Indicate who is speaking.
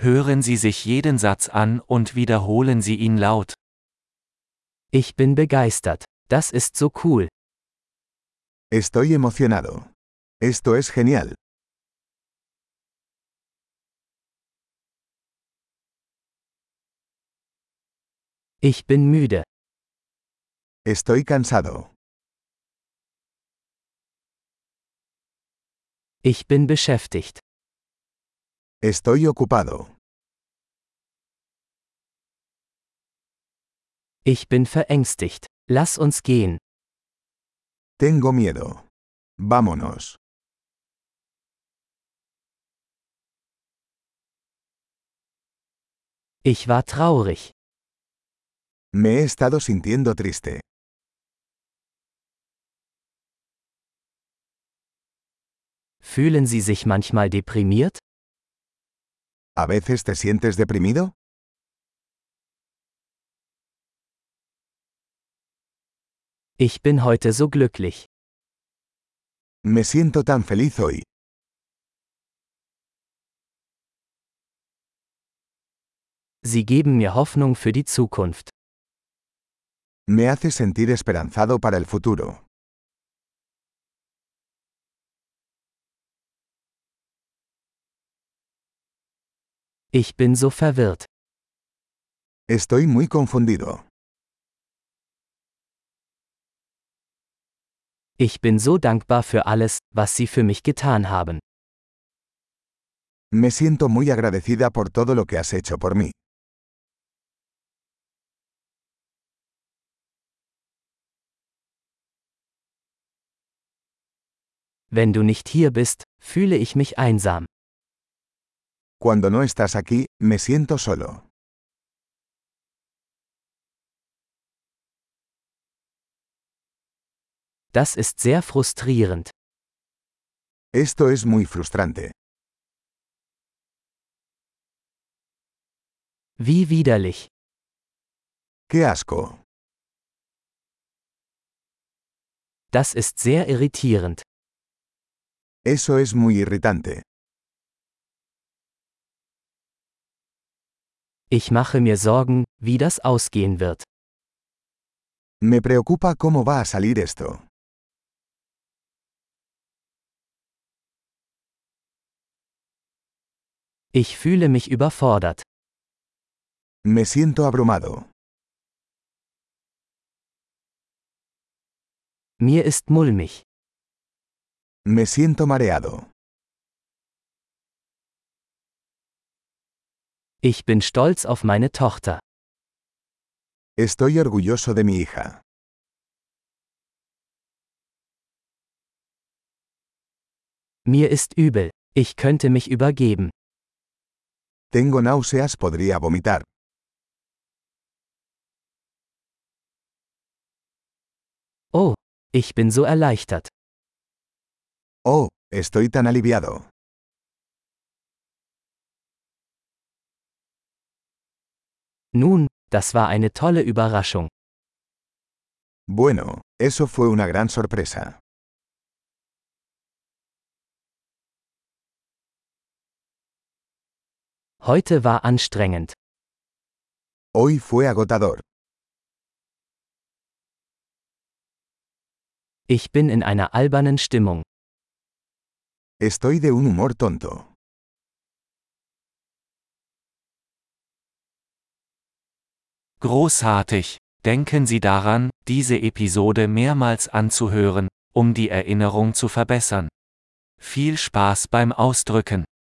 Speaker 1: Hören Sie sich jeden Satz an und wiederholen Sie ihn laut.
Speaker 2: Ich bin begeistert. Das ist so cool.
Speaker 3: Estoy emocionado. Esto es genial.
Speaker 2: Ich bin müde.
Speaker 3: Estoy cansado.
Speaker 2: Ich bin beschäftigt.
Speaker 3: Estoy ocupado.
Speaker 2: Ich bin verängstigt. Lass uns gehen.
Speaker 3: Tengo miedo. Vámonos.
Speaker 2: Ich war traurig.
Speaker 3: Me he estado sintiendo triste.
Speaker 2: Fühlen Sie sich manchmal deprimiert?
Speaker 3: ¿A veces te sientes deprimido?
Speaker 2: Ich bin heute so glücklich.
Speaker 3: Me siento tan feliz hoy.
Speaker 2: Sie geben mir Hoffnung für die Zukunft.
Speaker 3: Me hace sentir esperanzado para el futuro.
Speaker 2: Ich bin so verwirrt.
Speaker 3: Estoy muy confundido.
Speaker 2: Ich bin so dankbar für alles, was Sie für mich getan haben.
Speaker 3: Me siento muy agradecida por todo lo que has hecho por mí.
Speaker 2: Wenn du nicht hier bist, fühle ich mich einsam.
Speaker 3: Cuando no estás aquí, me siento solo.
Speaker 2: Das ist sehr frustrierend.
Speaker 3: Esto es muy frustrante.
Speaker 2: Wie widerlich.
Speaker 3: ¡Qué asco!
Speaker 2: Das ist sehr irritierend.
Speaker 3: Eso es muy irritante.
Speaker 2: Ich mache mir Sorgen, wie das ausgehen wird.
Speaker 3: Me preocupa cómo va a salir esto.
Speaker 2: Ich fühle mich überfordert.
Speaker 3: Me siento abrumado.
Speaker 2: Mir ist mulmig.
Speaker 3: Me siento mareado.
Speaker 2: Ich bin stolz auf meine Tochter.
Speaker 3: Estoy orgulloso de mi hija.
Speaker 2: Mir ist übel. Ich könnte mich übergeben.
Speaker 3: Tengo náuseas, podría vomitar.
Speaker 2: Oh, ich bin so erleichtert.
Speaker 3: Oh, estoy tan aliviado.
Speaker 2: Nun, das war eine tolle Überraschung.
Speaker 3: Bueno, eso fue una gran sorpresa.
Speaker 2: Heute war anstrengend.
Speaker 3: Hoy fue agotador.
Speaker 2: Ich bin in einer albernen Stimmung.
Speaker 3: Estoy de un humor tonto.
Speaker 1: Großartig! Denken Sie daran, diese Episode mehrmals anzuhören, um die Erinnerung zu verbessern. Viel Spaß beim Ausdrücken!